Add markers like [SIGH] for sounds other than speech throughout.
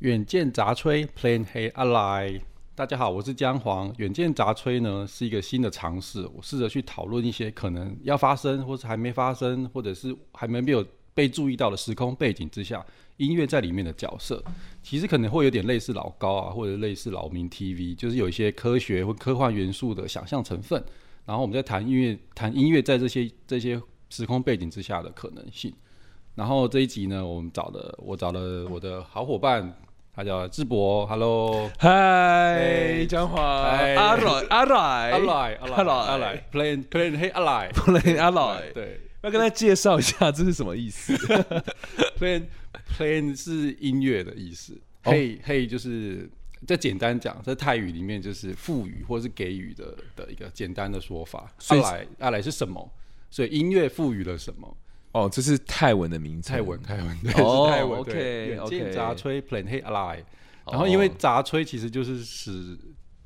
远见杂吹 Plan Hey Ally。大家好，我是姜黄。远见杂吹呢是一个新的尝试，我试着去讨论一些可能要发生，或是还没发生，或者是还没没有被注意到的时空背景之下，音乐在里面的角色。其实可能会有点类似老高啊，或者类似老民 TV，就是有一些科学或科幻元素的想象成分。然后我们在谈音乐，谈音乐在这些这些时空背景之下的可能性。然后这一集呢，我们找了我找了我的好伙伴，他叫智博，Hello，嗨，张华，嗨阿来，阿阿来，来阿来哎阿来阿来，Plan Plan 嘿阿 [LAUGHS] 来，不能阿来，对要跟他介绍一下这是什么意思。 ，Plan Plan 是音乐的意思，哦嘿嘿就是。这简单讲，在泰语里面就是赋予或是给予的的一个简单的说法。阿所以是来阿来是什么？所以音乐赋予了什么？哦，这是泰文的名 [LAUGHS] 字，泰文，泰文，对，哦是泰文。 OK，对远 OK 见杂炊 Plan Hey Alive，哦然后因为杂炊其实就是使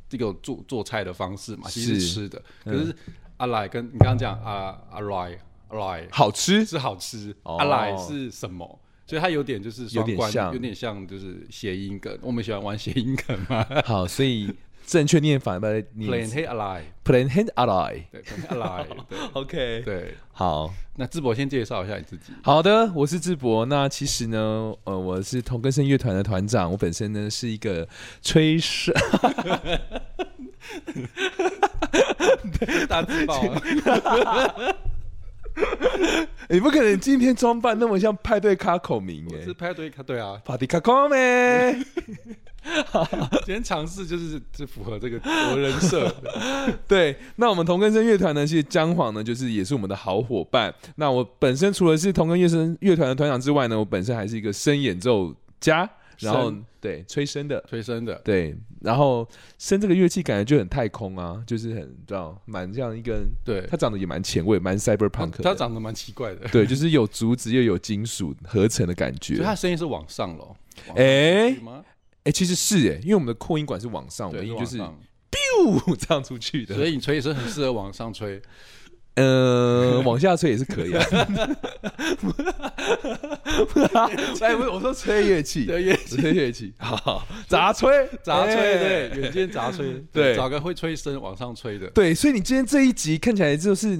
这个做做菜的方式嘛，其实是是嗯吃的。可是 Alive 跟你刚刚讲啊 Alive Alive 好吃是好吃哦，Alive 是什么？所以它有点就是双有点关，像有点像就是谐音梗。我们喜欢玩谐音梗嘛 [LAUGHS] 好，所以正确念法把它念，Plan Hey Alive， plan hand 阿来对，Plan Hey Alive，对 [LAUGHS] ，OK，对。好那智博先介绍一下你 [LAUGHS] 自己，好的，我是智博。那其实呢，呃，我是同根生乐团的团长，我本身呢是一个吹 [LAUGHS] 笙，大自爆啊，你哎不可能今天装扮那么像派对咖口名我哎是。派对咖，对啊，帕迪卡孔咩？今天尝试就是就符合这个我人设，对，那我们同根生乐团呢，其实姜黄呢，就是也是我们的好伙伴。那我本身除了是同根乐声乐团的团长之外呢，我本身还是一个声演奏家，然后声对吹笙的，催生的。对，然后笙这个乐器感觉就很太空啊，就是很你知道，蛮像一个，对，它长得也蛮前卫，蛮 cyberpunk 的哦他长得蛮奇怪的， [LAUGHS] 对，啊就是有竹子又有金属合成的感觉所以。他声音是往上喽。哎往上去吗？哎，其实是哎、因为我们的扩音管是往上，我对，们音往就是上 [LAUGHS] 这样出去的，所以你吹也是很适合往上吹。呃，往下吹也是可 [LAUGHS] 以、啊。哎，不是，我说吹乐器，对，也 [LAUGHS] 吹乐器，好，杂吹，杂吹，哎对，远见杂吹，对找个会吹声往上吹的。对，所以你今天这一集看起来就是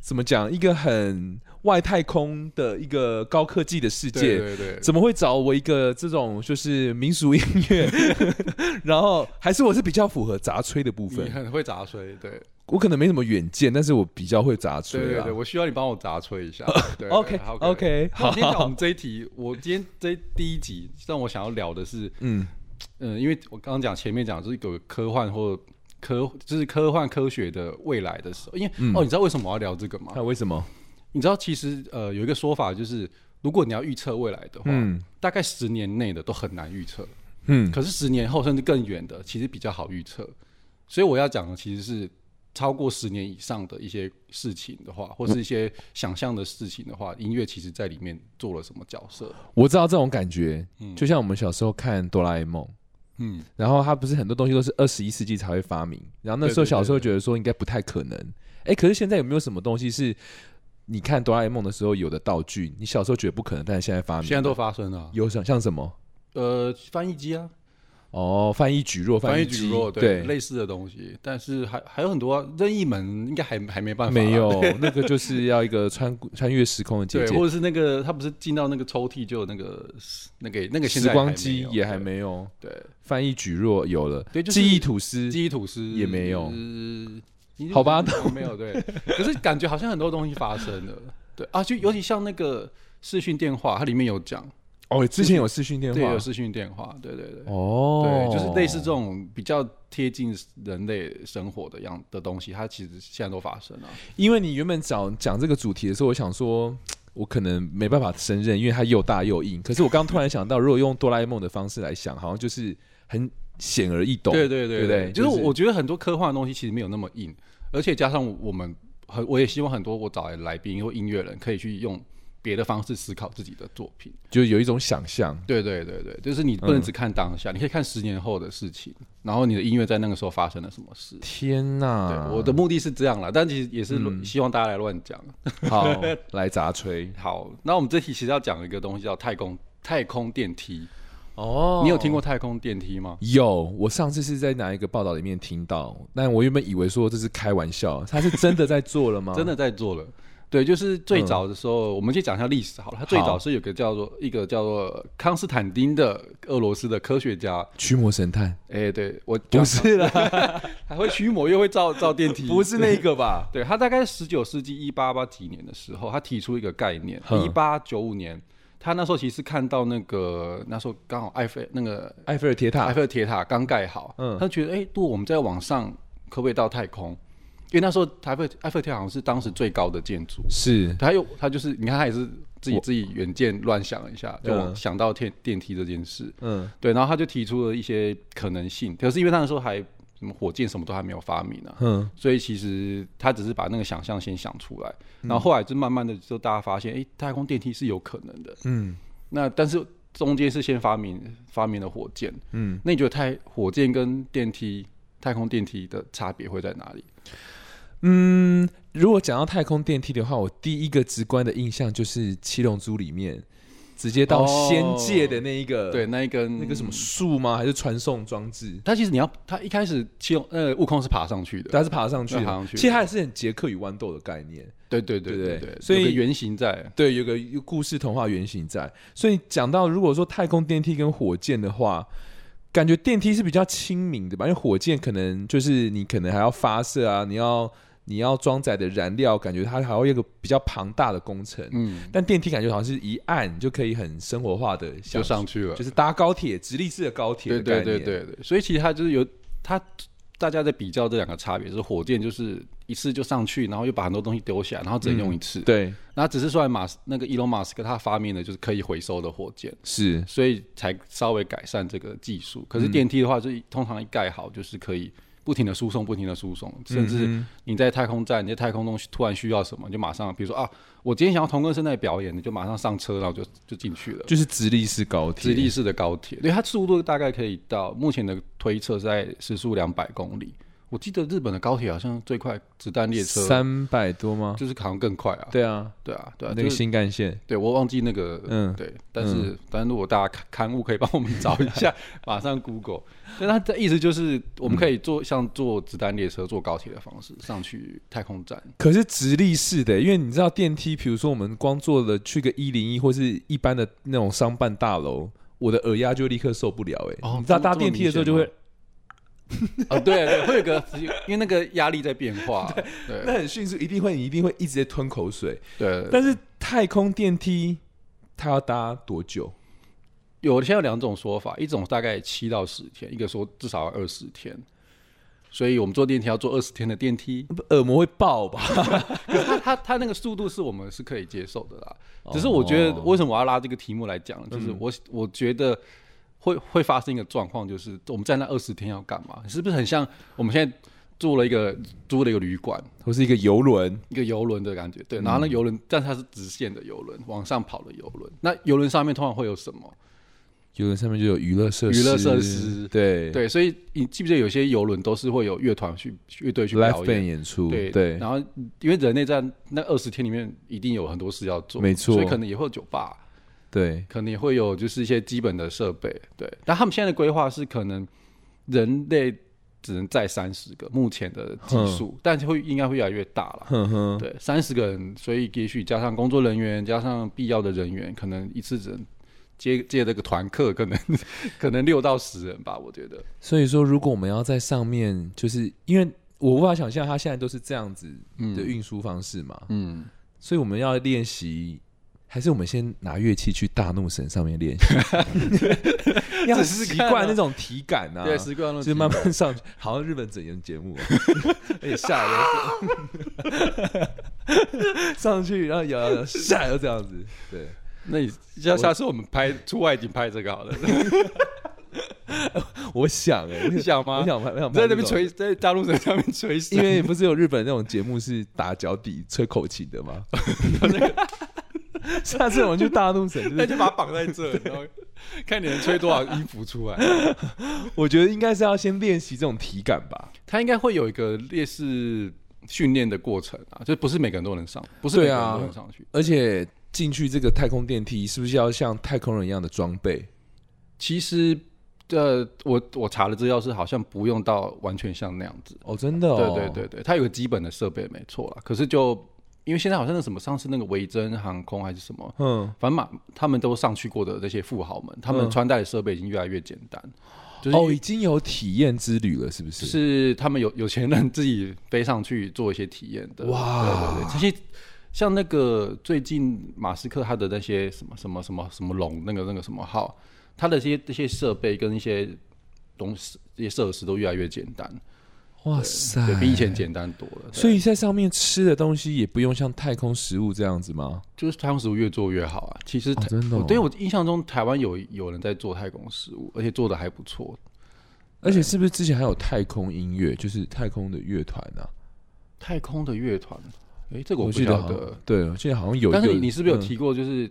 怎么讲，一个很外太空的一个高科技的世对界。对对，怎么会找我一个这种就是民俗音 [LAUGHS] 乐？然后还是我是比较符合杂吹的部你分，很会杂吹，对我可能没什么远见，但是我比较会杂吹对对啊哦对，。我需要你帮我杂吹一下。对 OK 好 OK，那好我，今天讲我们这一题，我今天这第一集让我想要聊的是，嗯，嗯，因为我刚刚讲前面讲就是有科幻或科，就是科幻科学的未来的时候，因为、嗯哦，你知道为什么我要聊这个吗？那为什么？你知道其实呃有一个说法就是，如果你要预测未来的话，嗯大概十年内的都很难预测，嗯，可是十年后甚至更远的其实比较好预测。所以我要讲的其实是超过十年以上的一些事情的嗯话，或是一些想象的事情的话，音乐其实在里面做了什么角色？我知道这种感觉，嗯就像我们小时候看哆啦 A 梦，嗯，然后它不是很多东西都是二十一世纪才会发明，然后那时候对对对小时候觉得说应该不太可能，哎，可是现在有没有什么东西是你看哆啦 A 梦的时候有的道具，你小时候觉得不可能，但是现在发明了，现在都发生了啊，有想像什么？呃，翻译机啊，哦，翻译举弱，翻译机举弱对对，类似的东西，但是还还有很多、啊、任意门应该还还没办法啦没有那个就是要一个穿穿越时空的姐对，姐或，者是那个他不是进到那个抽屉就有那个那个那个现时在光还机没有也还没有，对翻译举弱有了，对就是记忆吐司对，记忆吐司也没有嗯好吧没有对，可是感觉好像很多东西发生了，对啊，就尤其像那个视讯电话，它里面有讲，哦，之前有视讯电对，有话，视讯电话，对对对。哦对，，就是类似这种比较贴近人类生活的样的东西，它其实现在都发生了。因为你原本讲讲这个主题的时候，我想说，我可能没办法胜任，因为它又大又硬。可是我刚突然想到，如果用哆啦 A 梦的方式来想，好像就是很显而易懂。对对对对不对就是就是我觉得很多科幻的东西其实没有那么硬，而且加上我们很，我也希望很多我找来的来宾或音乐人可以去用别的方式思考自己的作品。就有一种想象。对对对对，就是你不能只看当下，你可以看十年后的事情，然后你的音乐在那个时候发生了什么事。天对呐，，我的目的是这样啦，但其实也是乱希望大家来乱讲。 [LAUGHS] 好来杂吹好，那我们这题其实要讲一个东西叫太空太空电梯。哦你有听过？太空电梯吗？有，我上次是在哪一个报道里面听到，但我原本以为说这是开玩笑，他是真的在做了吗？ [LAUGHS] 真的在做了。对，就是最早的时候，我们先讲一下历史好了。他最嗯好早是有个叫做一个叫做康斯坦丁的俄罗斯的科学家，驱魔神探 [LAUGHS] 哎、对我不是啦，还会驱魔，又会造造电梯， [LAUGHS] 不是那个吧？对他大概十九世纪一八八几年的时候，他提出一个概念。哼一八九五年，他那时候其实看到那个那时候刚好埃菲那个埃菲尔铁 [LAUGHS] 埃塔，菲尔铁塔刚盖好，嗯他觉得哎，诶如果我们再往上，可不可以到太空？因为那时候埃菲尔埃菲尔铁塔好像是当时最高的建筑，是他又他就是你看他也是自己我自己远见乱想了一下，就往嗯想到电电梯这件事。嗯对，然后他就提出了一些可能性，可是因为他那时候还什么火箭什么都还没有发明呢、哼所以其实他只是把那个想象先想出来，嗯然后后来就慢慢的就大家发现，诶，太空电梯是有可能的。嗯那但是中间是先发明发明了火箭，嗯，那你觉得太火箭跟电梯、太空电梯的差别会在哪里？嗯，如果讲到太空电梯的话，我第一个直观的印象就是《七龙珠》里面直接到哦仙界的那一个，对，，嗯那一根呃那个什么，树吗？还是传送装置？它其实你要它一开始其中呃悟空是爬上去的，它是爬上去那爬上的，去其实它也是很杰克与豌豆的概念。对对对对对对对，所以有个原型在，对，有个有故事童话原型在，所以讲到如果说太空电梯跟火箭的话，感觉电梯是比较亲民的吧，因为火箭可能就是你可能还要发射啊，你要 [LAUGHS] 你要装载的燃料，感觉它还要一个比较庞大的工程，嗯，但电梯感觉好像是一按就可以很生活化的就上去了就。是搭高铁直立式的高铁对的概对念，对对对，所以其实它就是有它，大家在比较这两个差别，就是火箭就是一次就上去，然后又把很多东西丢下，然后只能用一次。对然后只是说马斯那个伊隆马斯克他发明的就是可以回收的火箭，是所以才稍微改善这个技术。可嗯是电梯的话，就是通常一盖好就是可以。不停的输送，不停的输送，甚嗯至你在太空站，你在太空中突然需要什么，你就马上，比如说啊，我今天想要同根生在表演，你就马上上车，然后就就进去了。就是直立式高铁，直立式的高铁，对它速度大概可以到目前的推测是在时速两百公里。我记得日本的高铁好像最快子弹列车三百多吗？就是好像更快啊，对啊，对啊，对啊，就那个是新干线，对我忘记那个嗯对，但是但如果大家刊物可以帮我们找一 [LAUGHS] 下，马上 Google。但它的意思就是我们可以坐像坐子弹列车、坐高铁的方式上去太空 [LAUGHS] 站，可是直立式的欸，因为你知道电梯，比如说我们光坐了去个一零一或是一般的那种商办大楼，我的耳压就立刻受不了哎、哦你知道这么搭电梯的时候就会，哦，对对，会有个因为那个压力在变 [LAUGHS] 化，啊那对很迅速，一定会你一定会一直在吞口水。对。但是太空电梯它要搭多久？有现在有两种说法，一种大概七到十天，一个说至少要二十天。所以我们坐电梯要坐二十天的电梯，耳膜会爆吧？ [LAUGHS] 可是它它它那个速度是我们是可以接受的啦。只是我觉得为什么我要拉这个题目来讲，就是我我觉得会会发生一个状况，就是我们在那二十天要干嘛？是不是很像我们现在住了一个租了一个旅馆，或是一个游轮，一个游轮的感觉？对，然后那游轮，但它是直线的游轮，往上跑的游轮。那游轮上面通常会有什么？游轮上面就有娱乐设施，娱乐设施对对，所以你记不记得有些游轮都是会有乐团去乐队去，live 表 band 演？演出，对对，然后因为人类在那二十天里面一定有很多事要做，没错所以可能也会有酒吧，对，可能也会有就是一些基本的设备。对，但他们现在的规划是可能人类只能载三十个目前的技术，嗯但是会应该会越来越大了。哼嗯哼，对，三十个人，所以也许加上工作人员，加上必要的人员，可能一次只能接接这个团课，可能 [LAUGHS] 可能六到十人吧，我觉得。所以说，如果我们要在上面，就是因为我无法想象它现在都是这样子的运输方式嘛，嗯，所以我们要练习，还是我们先拿乐器去大怒神上面练习， [LAUGHS] 要很习惯那种体感啊，啊对，十个人就是慢慢上去，好像日本整人节目、啊，而且下来就是上去，然后摇摇摇，下来就这样子，对。 [LAUGHS] 那你下下次我们拍出外景拍这个好了， [LAUGHS] 我想哎、[LAUGHS] 欸，你想吗我想拍，我想你拍在那这边种，吹，在大陆城上面吹 [LAUGHS] 因因为为不是有日本那种节目是打脚底吹口琴 [LAUGHS] 的吗？ [LAUGHS] 下次我们去大怒神，就 [LAUGHS] 那是就把它绑在这，然后看你能吹多少音符出来。 [LAUGHS] 我觉得应该是要先练习这种体感吧。他应该会有一个烈士训练的过程啊，就不是每个人都能上，不是每对个啊人都能上去。而且进去这个太空电梯，是不是要像太空人一样的装备？其实，呃，我我查的资料是好像不用到完全像那样子。哦，真的、哦，对对对对，它有个基本的设备没错啦。可是就因为现在好像那什么，上次那个维珍航空还是什么，嗯，反正嘛，他们都上去过的那些富豪们，他们嗯穿戴的设备已经越来越简单，就是哦，已经有体验之旅了，是不？就是是他们有有钱人自己飞上去做一些体验的。哇对对对，这些像那个最近马斯克他的那些什么什么什么什么龙那个那个什么号，他的这些这些设备跟一些东西、这些设施都越来越简单，哇塞，对比以前简单多了。哎所以以在上面吃的东西也不用像太空食物这样子吗？就是太空食物越做越好啊。其实哦台、真的哦我对我印象中台湾有有人在做太空食物，而且做的还不错。而且是不是之前还有太空音乐，就是太空的乐团啊？太空的乐团，诶，这个我不记晓得好得像，。对，我记得好像有一个。但是你你是不是有嗯提过，就是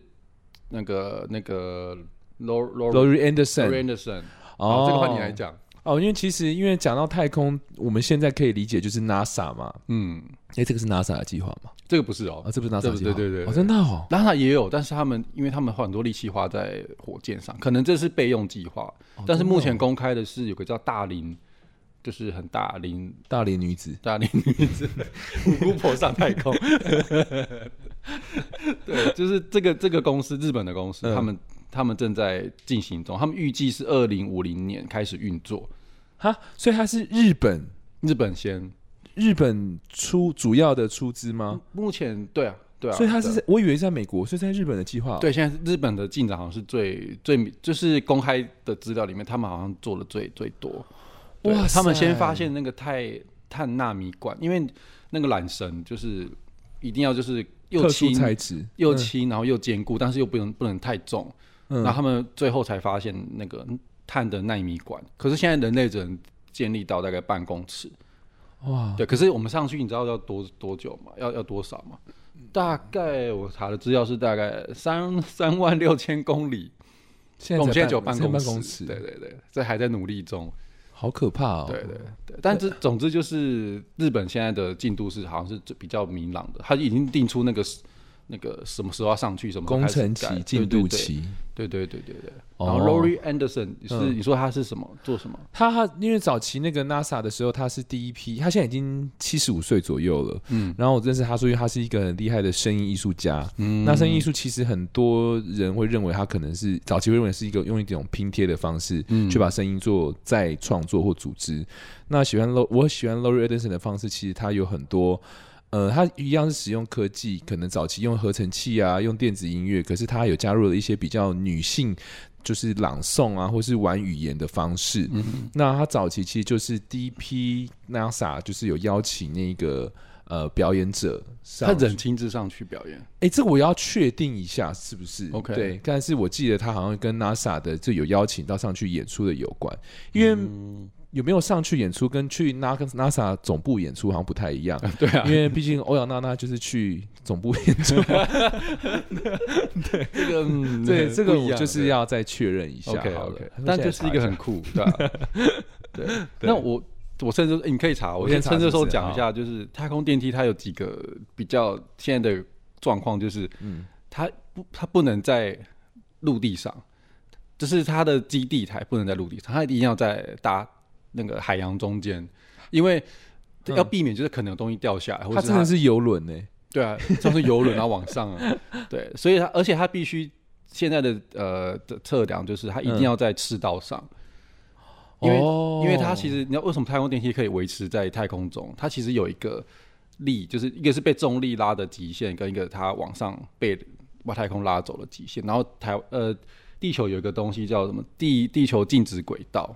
那个、那个 Lor Lor Laurie Anderson？ Anderson？哦，这个换你来。讲。哦，因为其实因为讲到太空，我们现在可以理解就是 NASA 嘛。嗯，哎，这个是 NASA 的计划吗？这个不是哦啊，。这不是 NASA 对的计划？对对对哦，真的哦。当然也有，但是他们因为他们花很多力气花在火箭上，可能这是备用计划。哦但是目前真的哦公开的是有个叫大龄，就是很大龄大龄女子，大龄女 [LAUGHS] 子五姑婆上太空。 [LAUGHS] 对，就是这个这个公司，日本的公司，嗯他们他们正在进行中，他们预计是二零五零年开始运作，哈，所以她是日本日本先。日本出主要的出资吗？目前对啊，嗯对啊，所以他是对在我以为是在美国，是在日本的计划哦、对现在日本的进展好像是最最就是公开的资料里面，他们好像做的最最多。对哇塞他们先发现那个钛碳纳米管，因为那个缆绳就是一定要就是又特殊轻材质又轻，然后又坚固，但是又不能不能太重。嗯然后他们最后才发现那个碳的纳米管，可是现在人类只能建立到大概半公尺。哇，对，可是我们上去，你知道要多多久吗？要要多少吗？大概我查的资料是大概三三万六千公里，哦现在我们才现在只有半半才公办尺，公室，对对对，这还在努力中。好可怕哦！对对对，但这总之就是日本现在的进度是好像是比较明朗的，他已经定出那个时那个什么时候要上去，什么时候工开始程盖期、进度，期，对对对对对对对。哦然后 Lori Anderson 是、嗯你说他是什么做什么？他他因为早期那个 NASA 的时候，他是第一批，他现在已经七十五岁左右了。嗯嗯，然后我认识他，所以他是一个很厉害的声音艺术家。嗯，那声音艺术其实很多人会认为他可能是早期会认为是一个用一种拼贴的方式，去把声音做再创作或组织。那喜欢 Lo，我喜欢 Laurie Edison 的方式，其实他有很多。呃，他一样是使用科技，可能早期用合成器啊，用电子音乐，可是他有加入了一些比较女性就是朗诵啊，或是玩语言的方式。那他早期其实就是第一批 NASA 就是有邀请那个呃表演者上他，人亲自上去表演， [LAUGHS] 哎、这个我要确定一下是不是 OK 对，但是我记得他好像跟 NASA 的这有邀请到上去演出的有关，因为。嗯有没有上去演出跟去 NASA 总部演出好像不太一 [LAUGHS] 样，对啊因，为毕竟欧阳娜娜就是去总部演出，这个嗯对这个不一我样就是 [LAUGHS] 对要再确认一下 OK 好了 OK，他说但现在就是查一个很 [LAUGHS] 酷，对吧、对， [LAUGHS] 对那我我甚至诶你可以查，我我先先查趁这时候是不是讲一下，就是太空电梯它有几个比较现在的状况，就是嗯它不它不能在陆地上，就是它的基地台不能在陆地上，它一定要在大那个海洋中间，因为。嗯要避免就是可能有东西掉下来，或他者真的是游轮呢，对啊，像是游轮然后往上啊，对，所以它而且它必须现在的呃的测量就是它一定要在赤道上，因为、哦因为它其实你知道为什么太空电梯可以维持在太空中？它其实有一个力，就是一个是被重力拉的极限，跟一个它往上被外太空拉走的极限。然后台呃地球有一个东西叫什么地地球静止轨道，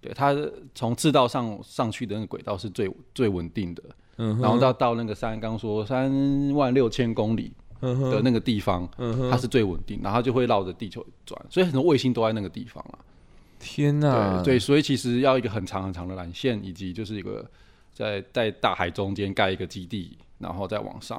对，它从赤道上上去的那个轨道是最最稳定的。嗯哼，然后到到那个三，刚说三万六千公里嗯哼的那个地方，嗯它是最稳定，然后它就会绕着地球转，所以很多卫星都在那个地方啊。天呐，对对，所以其实要一个很长很长的缆线，以及就是一个在在大海中间盖一个基地，然后再往上。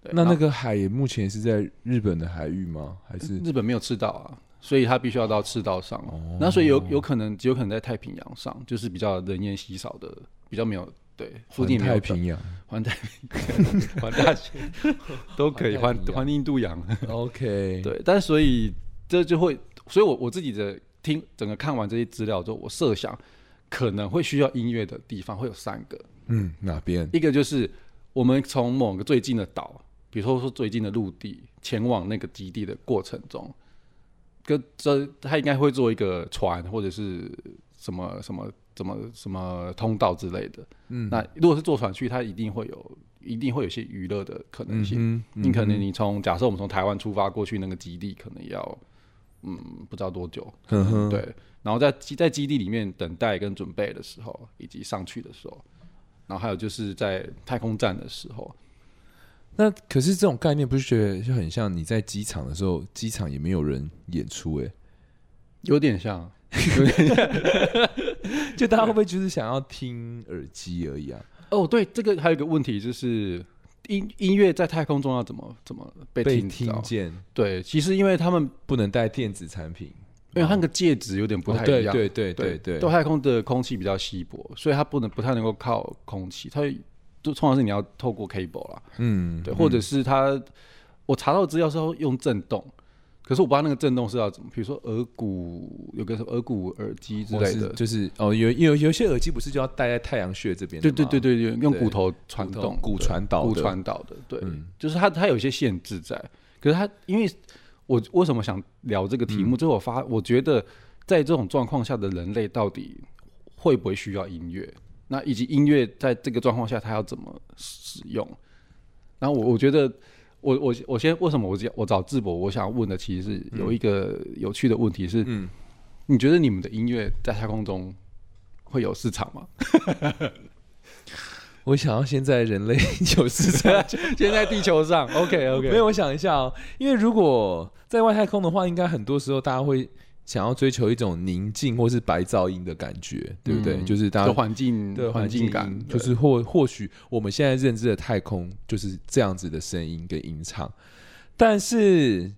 对那然那后个海也目前是在日本的海域吗？还是哦日本没有赤道啊，所以它必须要到赤道上。那所以有有可能有可能在太平洋上，就是比较人烟稀少的，比较没有对附环近没有太平洋环太平洋环大西 [LAUGHS] 都可以环环太平洋环印度洋。 ？OK，对，但所以这就会，所以我我自己的听整个看完这些资料之后，我设想可能会需要音乐的地方会有三个，嗯，哪边？一个就是我们从某个最近的岛，比如说说最近的陆地，前往那个基地的过程中，跟这他应该会做一个船或者是什么什么什么什么通道之类的。嗯，那如果是坐船去，它一定会有一定会有些娱乐的可能嗯性。哼，你可能嗯你从假设我们从台湾出发过去那个基地，可能要嗯不知道多久，哼嗯哼，对。然后在基在基地里面等待跟准备的时候，以及上去的时候，然后还有就是在太空站的时候，那可是这种概念，不是觉得就很像你在机场的时候，机场也没有人演出、欸，有点像。 [LAUGHS] 就大家会不会就是想要听耳机而已啊？哦，对，这个还有一个问题就是音音乐在太空中要怎么怎么被被听听到？见，对，其实因为他们不能带电子产品，因为它那个介质有点不哦太一对样，对对对对对太空的空气比较稀薄，所以它不能不太能够靠空气，它就通常是你要透过 cable 啦，嗯，对，或者是它，我查到的资料是要用震动，可是我不知道那个震动是要怎么，比如说耳骨有个什么耳骨耳机之或类是的，就是哦，有有有一些耳机不是就要戴在太阳穴这边的对吗？对对对，对用对骨头传传动动，骨对传导骨的传导的，对，嗯就是它它有一些限制在，可是它因为我为什么想聊这个题嗯目，最后我发我觉得在这种状况下的人类到底会不会需要音乐？那以及音乐在这个状况下它要怎么使用？然后我我觉得。我我我先为什么我找我找智博？我想问的其实是有一个有趣的问题是，嗯你觉得你们的音乐在太空中会有市 [LAUGHS] 场吗？我想要现在人类 [LAUGHS] 有市场，现在地球上，OK OK，没有，我想一下哦，因为如果在外太空的话，应该很多时候大家会想要追求一种宁静或是白噪音的感觉，对不对？嗯就是大就家环境对环境感音，就是或或许我们现在认知的太空就是这样子的声音跟音场，但是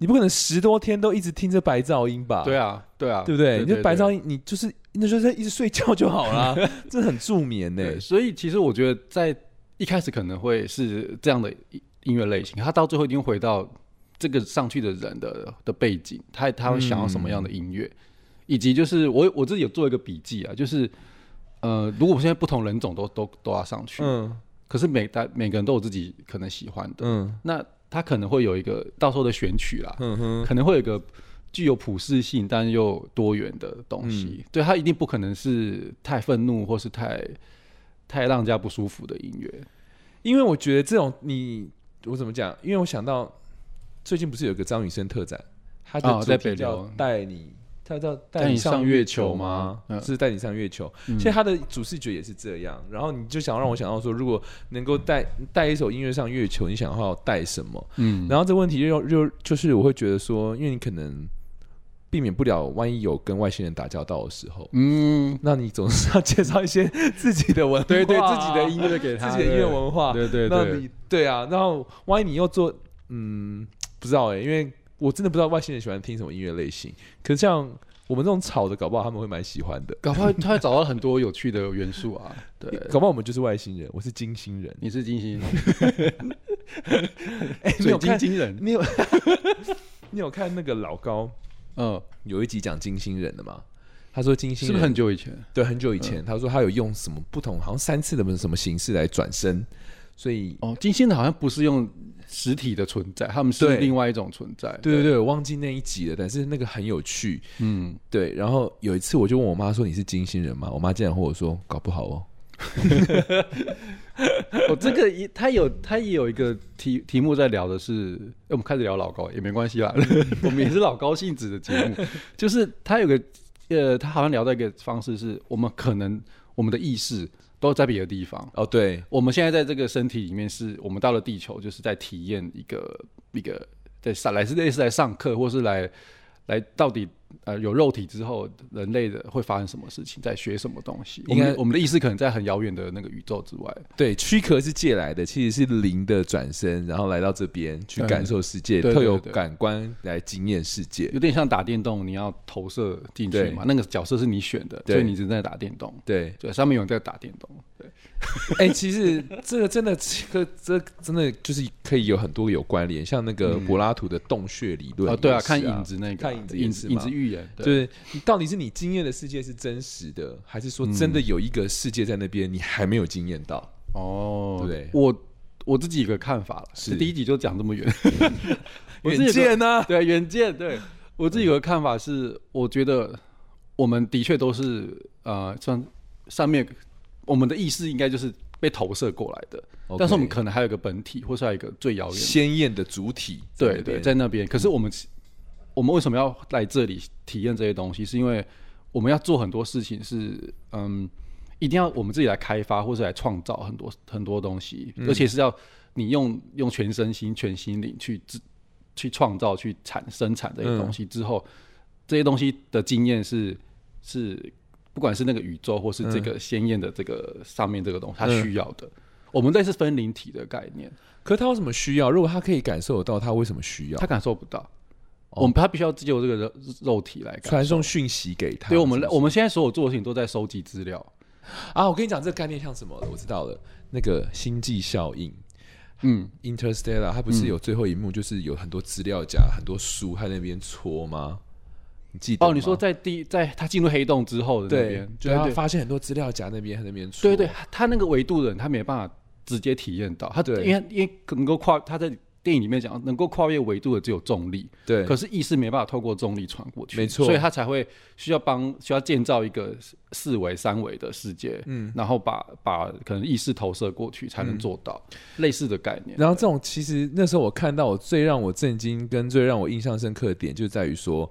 你不可能十多天都一直听着白噪音吧？对啊，对啊，对不对？对你就白噪音音，你就是那就是一直睡觉就好 [LAUGHS] 啦，这很助眠呢、对，所以其实我觉得在一开始可能会是这样的音音乐类型，他到最后一定会回到这个上去的人的的背景，他他会想要什么嗯样的音乐，以及就是我我自己有做一个笔记啊，就是呃，如果我们现在不同人种都都都要上去，嗯可是每大每个人都有自己可能喜欢的，嗯那他可能会有一个到时候的选曲啦，嗯哼，可能会有一个具有普适性但又多元的东西。嗯对，它一定不可能是太愤怒或是太太让人家不舒服的音乐。因为我觉得这种你我怎么讲？因为我想到最近不是有个张雨生特展，他的哦主在题北叫流带你。他叫带带你你上上月月球球吗吗？嗯是带你上月球，其实他的主视觉也是这样。然后你就想让我想到说，如果能够带带一首音乐上月球，你想要带什么？嗯，然后这问题又又就是我会觉得说，因为你可能避免不了，万一有跟外星人打交道的时候，嗯，那你总是要介绍一些自己的文化，对对，自己的音乐给他，自己的音乐文化。对对那对，你对啊，然后万一你又做，嗯，不知道哎、因为我真的不知道外星人喜欢听什么音乐类型。可是像我们这种吵的，搞不好他们会蛮喜欢的。搞不好他会找到很多有趣的元素 [LAUGHS] 啊。对，搞不好我们就是外星人，我是金星人。你是金星， [LAUGHS] 哎、你水有晶看？金人，你有你有看那个老高嗯，有一集讲金星人的吗？他说金星是人不是很嗯久以前？对，很久以前，他说他有用什么不同，好像三次的什么形式来转身，所以哦，金星人好像不是用实体的存在，他们是对另外一种存在。对对，对，我忘记那一集了，但是那个很有趣。嗯，对，然后有一次我就问我妈说：“你是金星人吗？”我妈竟然和我说：“搞不好哦。哦，这个也，他有他也有一个题题目在聊的是，诶我们开始聊老高也没关系啦， [LAUGHS] 我们也是老高性质的节 [LAUGHS] 目，就是他有个呃，他好像聊到一个方式是，我们可能我们的意识都在别的地方，”哦，对，我们现在在这个身体里面是，我们到了地球就是在体验一个一个在上来是类似来上课，或是来来到底呃有肉体之后，人类的会发生什么事情，在学什么东西，我应该们我们的意识可能在很遥远的那个宇宙之外。对，躯壳是借来的，其实是灵的转身，然后来到这边去对感受世界，对对特有对感官来经验世界。有点像打电动，你要投射进去嘛，那个角色是你选的，对所以你只是在打电动。对，对，上面有人在打电动，哎、其实这个真的，这个这个真的就是可以有很多有关联，像那个柏拉图的洞穴理论啊，也是、对啊，看影子那个啊，看影子也影是子影嘛子预言，对就是你到底是你经验的世界是真实的，还是说真的有一个世界在那边，你还没有经验到？哦，对我我自己有个看法了，是第一集就讲这么远， [LAUGHS] 我自己有远个见呢、 [LAUGHS] 对远见，对我自己有个看法是，我觉得我们的确都是呃，上上面我们的意识应该就是被投射过来的 OK 但是我们可能还有一个本体，或是还有一个最遥远的，鲜艳的主体在那对边，对，在那边。可是我们、我们为什么要来这里体验这些东西？是因为我们要做很多事情是嗯，一定要我们自己来开发，或是来创造很多很多东西，嗯而且是要你用用全身心、全心灵去制去创造、去产生产这些东嗯西之后，这些东西的经验是是。不管是那个宇宙，或是这个鲜艳的这个上面这个东西，它嗯需要的，我们这是分灵体的概念，可他有什么需要？如果他可以感受得到，他为什么需要他？感受不到。哦我们他必须要借由这个肉肉体来感传送讯息给他。对我们是不是我们现在所有做的事情都在收集资料。啊，我跟你讲这个概念像什么了？我知道了，那个星际效应。嗯， Interstellar，它不是有最后一幕，就是有很多资料夹、很多书在那边搓吗？你记得吗？哦，你说在第在他进入黑洞之后的那对边，，就是他发现很多资料夹那边，他那边搓。对对对，他那个维度的人他没办法直接体验到，他对因为因为能够跨他在电影里面讲能够跨越维度的只有重力，对可是意识没办法透过重力传过去，没错所以他才会需要帮需要建造一个四四维三维的世界，嗯，然后把把可能意识投射过去才能嗯做到、类似的概念。然后这种其实那时候我看到我最让我震惊跟最让我印象深刻的点，就在于说，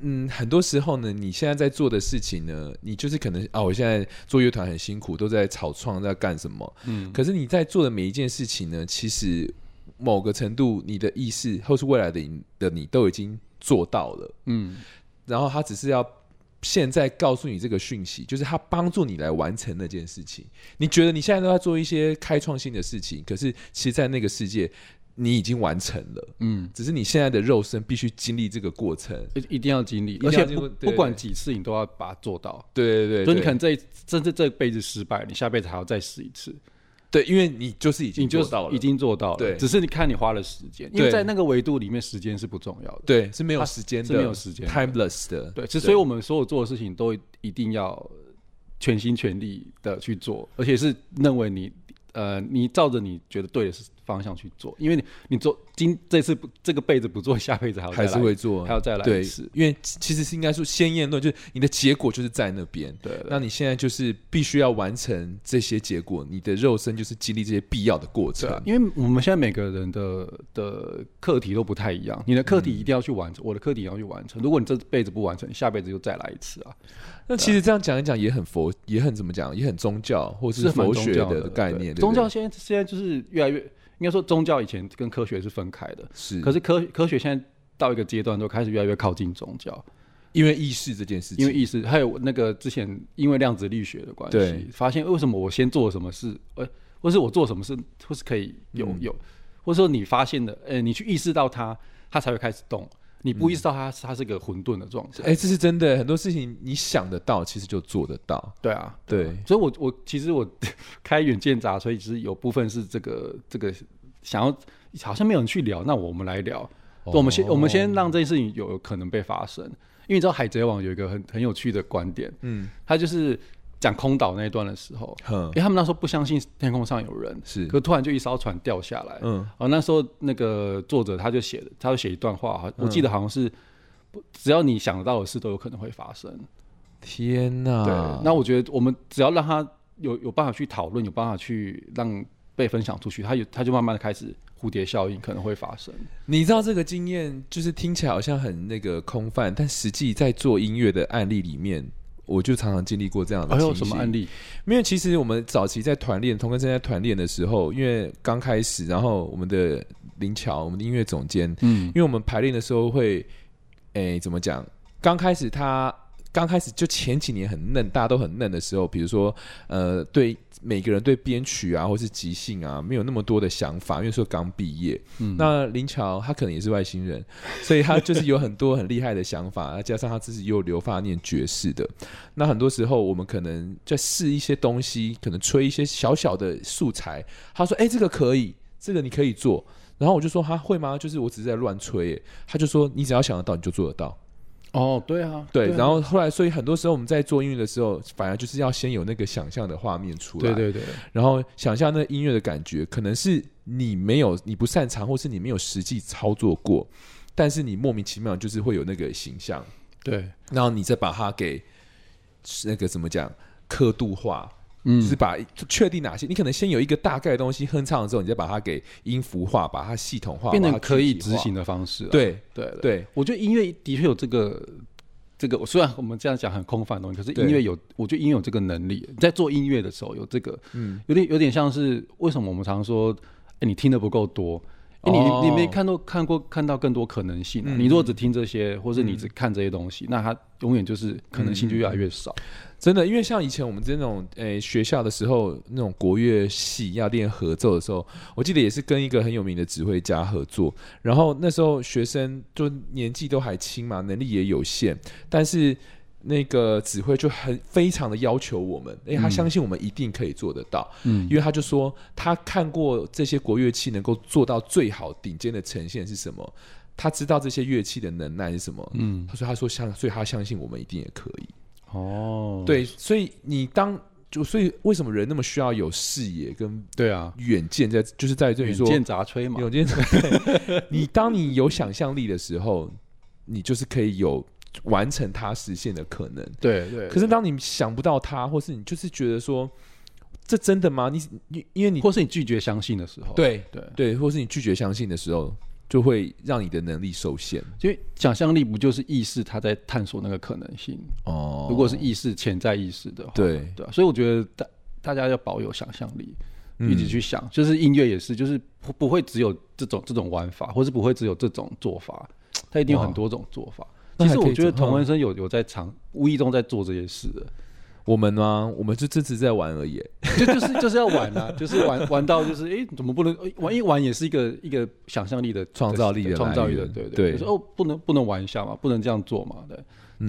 嗯，很多时候呢，你现在在做的事情呢，你就是可能啊，我现在做乐团很辛苦，都在草创，在干什么？嗯，可是你在做的每一件事情呢，其实某个程度，你的意识或是未来的你的你都已经做到了。嗯，然后他只是要现在告诉你这个讯息，就是他帮助你来完成那件事情。你觉得你现在都在做一些开创性的事情，可是其实，在那个世界你已经完成了，嗯，只是你现在的肉身必须经历这个过程。一一定要经历，定而要且经不过对不管几次，你都要把它做到。对对对，所以你对可能这一甚至这辈子失败，你下辈子还要再试一次，对，因为你就是已你经就做到了，已经做到了。对只是你看你花了时间，因为对在那个维度里面，时间是不重要的。对是没有它时间是的，没有时间的 timeless 的，对，其实所以我们所有做的事情都一定要全心全力的去做，而且是认为你呃，你照着你觉得对的方向去做，因为你你做今这次不这个辈子不做，下辈子还要再还是来会做，还要再来对一次，因为其实是应该说鲜艳论，就是你的结果就是在那边。对对那你现在就是必须要完成这些结果，你的肉身就是经历这些必要的过程对。啊，因为我们现在每个人的的课题都不太一样，你的课题一定要去完成，我的课题也要去完成。如果你这辈子不完成，你下辈子就再来一次啊。那其实这样讲一讲也很佛，也很怎么讲，也很宗教或是是蛮佛宗学教的概念。对不对宗教现在现在就是越来越，应该说宗教以前跟科学是分开的，是，可是科科学现在到一个阶段，都开始越来越靠近宗教，因为意识这件事情，因为意识还有那个之前因为量子力学的关系对，发现为什么我先做什么事，呃，或是我做什么事，或是可以有、有，或者说你发现的，呃，你去意识到它，它才会开始动。你不意识到它，它是个混沌的状态。哎、这是真的，很多事情你想得到，其实就做得到。对啊，对，所以我我其实我 [LAUGHS] 开远见杂所以其实有部分是这个这个想要，好像没有人去聊，那我们来聊。哦我们先我们先让这件事情有有可能被发生，因为你知道《海贼王》有一个很很有趣的观点，嗯，他就是讲空岛那一段的时候，哼因，为他们那时候不相信天空上有人，是可突然就一艘船掉下来，嗯，哦，那时候那个作者他就写，他就写一段话，我记得好像是。不只要你想得到的事都有可能会发生，天哪！对。那我觉得我们只要让他有有办法去讨论，有办法去让被分享出去，他有他就慢慢的开始蝴蝶效应可能会发生。你知道这个经验，就是听起来好像很那个空泛，但实际在做音乐的案例里面，我就常常经历过这样的还情有形。哎什么案例？因为其实我们早期在团练，同根生在团练的时候，因为刚开始，然后我们的林乔，我们的音乐总监，嗯因为我们排练的时候会，诶、怎么讲？刚开始他刚开始就前几年很嫩，大家都很嫩的时候，比如说呃，对每个人对编曲啊或是即兴啊没有那么多的想法，因为说刚毕业。嗯那林乔他可能也是外星人，所以他就是有很多很厉害的想法， [LAUGHS] 加上他自己又留发念爵士的。那很多时候我们可能在试一些东西，可能吹一些小小的素材，他说：“哎、这个可以，这个你可以做。”然后我就说：“他会吗？就是我只是在乱吹耶。”他就说：“你只要想得到，你就做得到。”哦，对啊，对，啊然后后来，所以很多时候我们在做音乐的时候，反而就是要先有那个想象的画面出来，对对对，然后想象那音乐的感觉，可能是你没有、你不擅长，或是你没有实际操作过，但是你莫名其妙就是会有那个形象，对，然后你再把它给那个怎么讲刻度化，嗯是把确定哪些，你可能先有一个大概的东西哼唱了之后，你再把它给音符化，把它系统化，变把成它可以具体化执。行的方式、啊。对对对，对，我觉得音乐的确有这个这个，虽然我们这样讲很空泛的东西，可是音乐对有，我觉得音乐有这个能力。你在做音乐的时候有这个，嗯有点有点像是为什么我们常说，哎、你听的不够多。哎你哦你没看到看过看到更多可能性啊、嗯你如果只听这些，或是你只看这些东西，那它永远就是可能性就越来越少。真的，因为像以前我们这种诶、学校的时候，那种国乐系要练合奏的时候，我记得也是跟一个很有名的指挥家合作。然后那时候学生就年纪都还轻嘛，能力也有限，但是那个指挥就很非常的要求我们，因为他相信我们一定可以做得到。嗯，因为他就说他看过这些国乐器能够做到最好顶尖的呈现是什么，他知道这些乐器的能耐是什么。嗯，他说：“他说相，所以他相信我们一定也可以。哦，对，所以你当就所以为什么人那么需要有视野跟对啊，远见在，就是在这里远说见杂吹嘛，远见。对 [LAUGHS] 你当你有想象力的时候，你就是可以有完成它实现的可能。对对。可是当你想不到它，或是你就是觉得说，这真的吗？你你因为你或是你拒绝相信的时候，对对，对，或是你拒绝相信的时候，就会让你的能力受限。因为想象力不就是意识它在探索那个可能性？哦如果是意识潜在意识的话，对对啊、所以我觉得大大家要保有想象力，嗯一直去想，就是音乐也是，就是不不会只有这种这种玩法，或是不会只有这种做法，它一定有哇很多种做法。那其还实可我以嗯觉得怎么同文生有有在尝，无意中在做这些事的，我们呢，我们就这只是在玩而已。就就是就是要玩 [LAUGHS] 啊，就是玩玩到就是诶，怎么不能诶玩一玩也是一个一个想象力的创造力的来源创造力的，对对嗯对。就是哦，不能不能玩一下嘛，不能这样做嘛，对。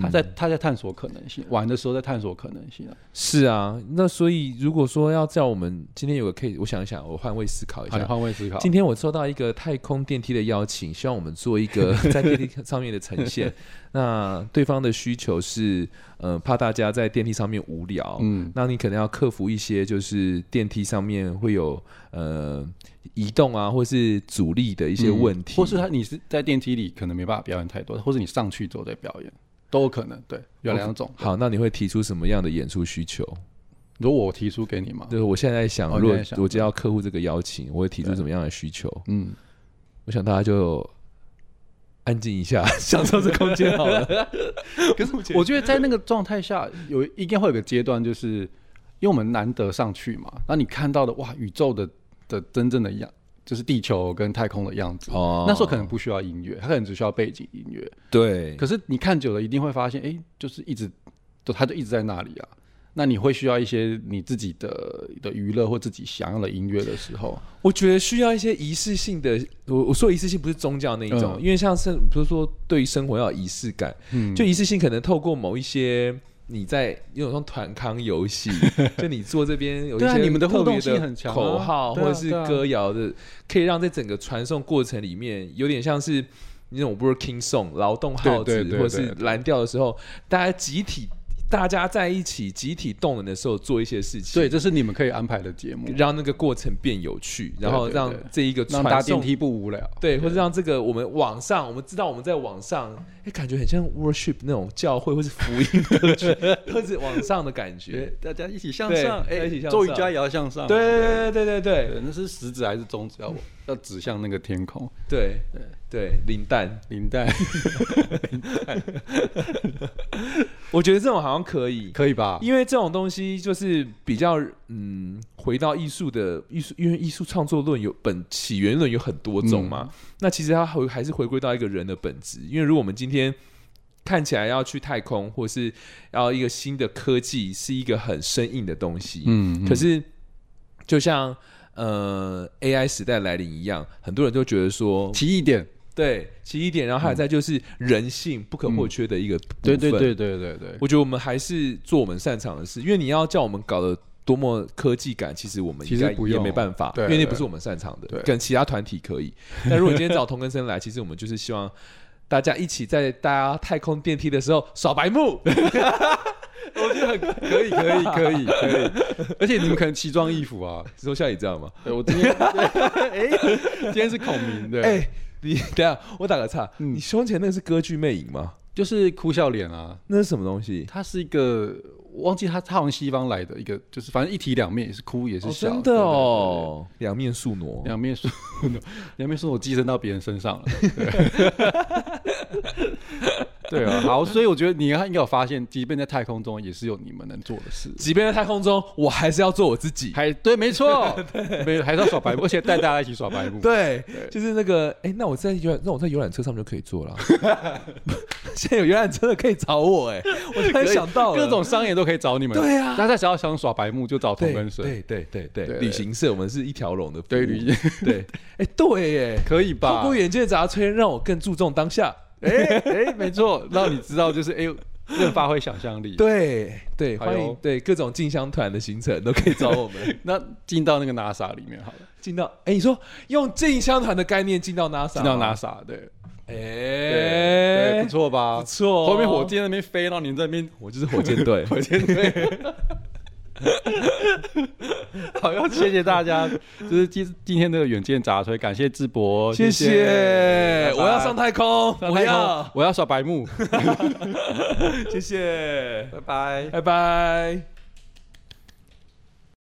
他在他在探索可能性，玩的时候在探索可能性啊。是啊，那所以如果说要叫我们今天有个 case，我想一想，我换位思考一好，你下。换位思考。今天我收到一个太空电梯的 [LAUGHS] 邀请，希望我们做一个在电梯上面的呈现。那对方的需求是，呃，怕大家在电梯上面无聊，嗯，那你可能要克服一些，就是电梯上面会有呃移动啊，或是阻力的一些问题，嗯或是他你是在电梯里可能没办法表演太多，或是你上去之后再表演，都有可能。对，有两种。好，那你会提出什么样的演出需求？哦如果我提出给你嘛，就是我现在在想，哦如果你在想我接到客户这个邀请，我会提出什么样的需求？嗯，我想大家就安静一下， [LAUGHS] 享受这空间好了。 [LAUGHS] 可是我觉得在那个状态下，有应该会有个阶段，就是因为我们难得上去嘛，然后你看到的哇，宇宙的的真正的样，就是地球跟太空的样子。 [LAUGHS] 哦那时候可能不需要音乐，它可能只需要背景音乐。对可是你看久了，一定会发现，哎、就是一直，就它就一直在那里啊。那你会需要一些你自己的的娱乐或自己想要的音乐的时 [LAUGHS] 候，我觉得需要一些仪式性的。我我说仪式性不是宗教那一种，嗯因为像是比如说对于生活要有仪式感，嗯，就仪式性可能透过某一些。你在有种团康 [LAUGHS] 游戏，就你坐这边有一对啊些你们的特互动别性很强啊口号，对啊或者是对啊歌谣的，可以让在整个传送过程里面有点像是那种 working song 劳动号对子对对，对或者是蓝调的时候，大家集体大家在一起集体动人的时候做一些事情，对，这是你们可以安排的节目，让那个过程变有趣，然后对对让这一个让搭传电送，梯不无聊。对，或者让这个我们网上，我们知道我们在网上，哎，感觉很像 worship 那种教会或是福音歌曲，或是网上的感觉。大家一起向对上，哎、一起向做瑜上伽也要向上啊，对对对对对对对对，那是食指还是中指要要指向那个天空？对对，林丹，林带我觉得这种好像可以，可以吧？因为这种东西就是比较嗯，回到艺术的艺术，因为艺术创作论有本起源论有很多种嗯嘛。那其实它回还是回归到一个人的本质，因为如果我们今天看起来要去太空，或是要一个新的科技，是一个很生硬的东西，嗯，嗯可是就像呃 AI 时代来临一样，很多人都觉得说奇异点，对，其一点，然后还有再就是人性不可或缺的一个部分。嗯对对对对对对，我觉得我们还是做我们擅长的事，因为你要叫我们搞得多么科技感，其实我们其应实该不也用没办法，对因为那不是我们擅长的对。 [LAUGHS] 跟其他团体可以，但如果今天找同根生来，其实我们就是希望大家一起在搭太空电梯的时候耍白目， [LAUGHS] 我觉得很可以，可以，可以，可 [LAUGHS] 以。而且你们可能奇装异服啊。说像你这样吗？对我今天， [LAUGHS] 哎、今天是孔明的，哎、你等一下我打个岔，嗯你胸前那个是歌剧魅影吗？就是哭笑脸啊。那是什么东西？他是一个，我忘记他他好像西方来的一个，就是反正一体两面，也是哭也是哦笑，真的哦，两面宿对。对对傩。两面说， [LAUGHS] 两面说我寄生到别人身上了。啊 [LAUGHS] 对对啊，好，所以我觉得你应该有发现，即便在太空中，也是有你们能做的事。即便在太空中，我还是要做我自己。还对，没 [LAUGHS] 错，没还是要耍白目，而且带大家一起耍白目。对，就是那个，哎、那我在游览，那我在游览车上面就可以坐了。 [LAUGHS] 现在有游览车的可以找我、哎，我突然可以想到了各种商业都可以找你们。对啊大家只要想耍白目，就找同对根生。对对对对，对旅行社我们是一条龙的服务，对旅行 [LAUGHS] 对，哎、对耶，可以透吧？过远见的杂吹，让我更注重当下。 [LAUGHS] 哎哎，没错，让你知道就是哎，更发挥想象力。，对对，哎呦欢迎对各种进香团的行程都可以找我 [LAUGHS] 们那进到那个 NASA 里面好了，进到。哎、你说用进香团的概念进到 NASA，进到吗 NASA 对，哎、对对，不错吧？不错哦后面火箭那边飞，让你这边。我就是 [LAUGHS] 火箭队火箭队。 [LAUGHS] 好，要谢谢大家，就是今今天这个远见杂吹，感谢智博，谢谢，我要上台，太空，上我太空要，我要耍白目，谢谢，拜拜。拜拜。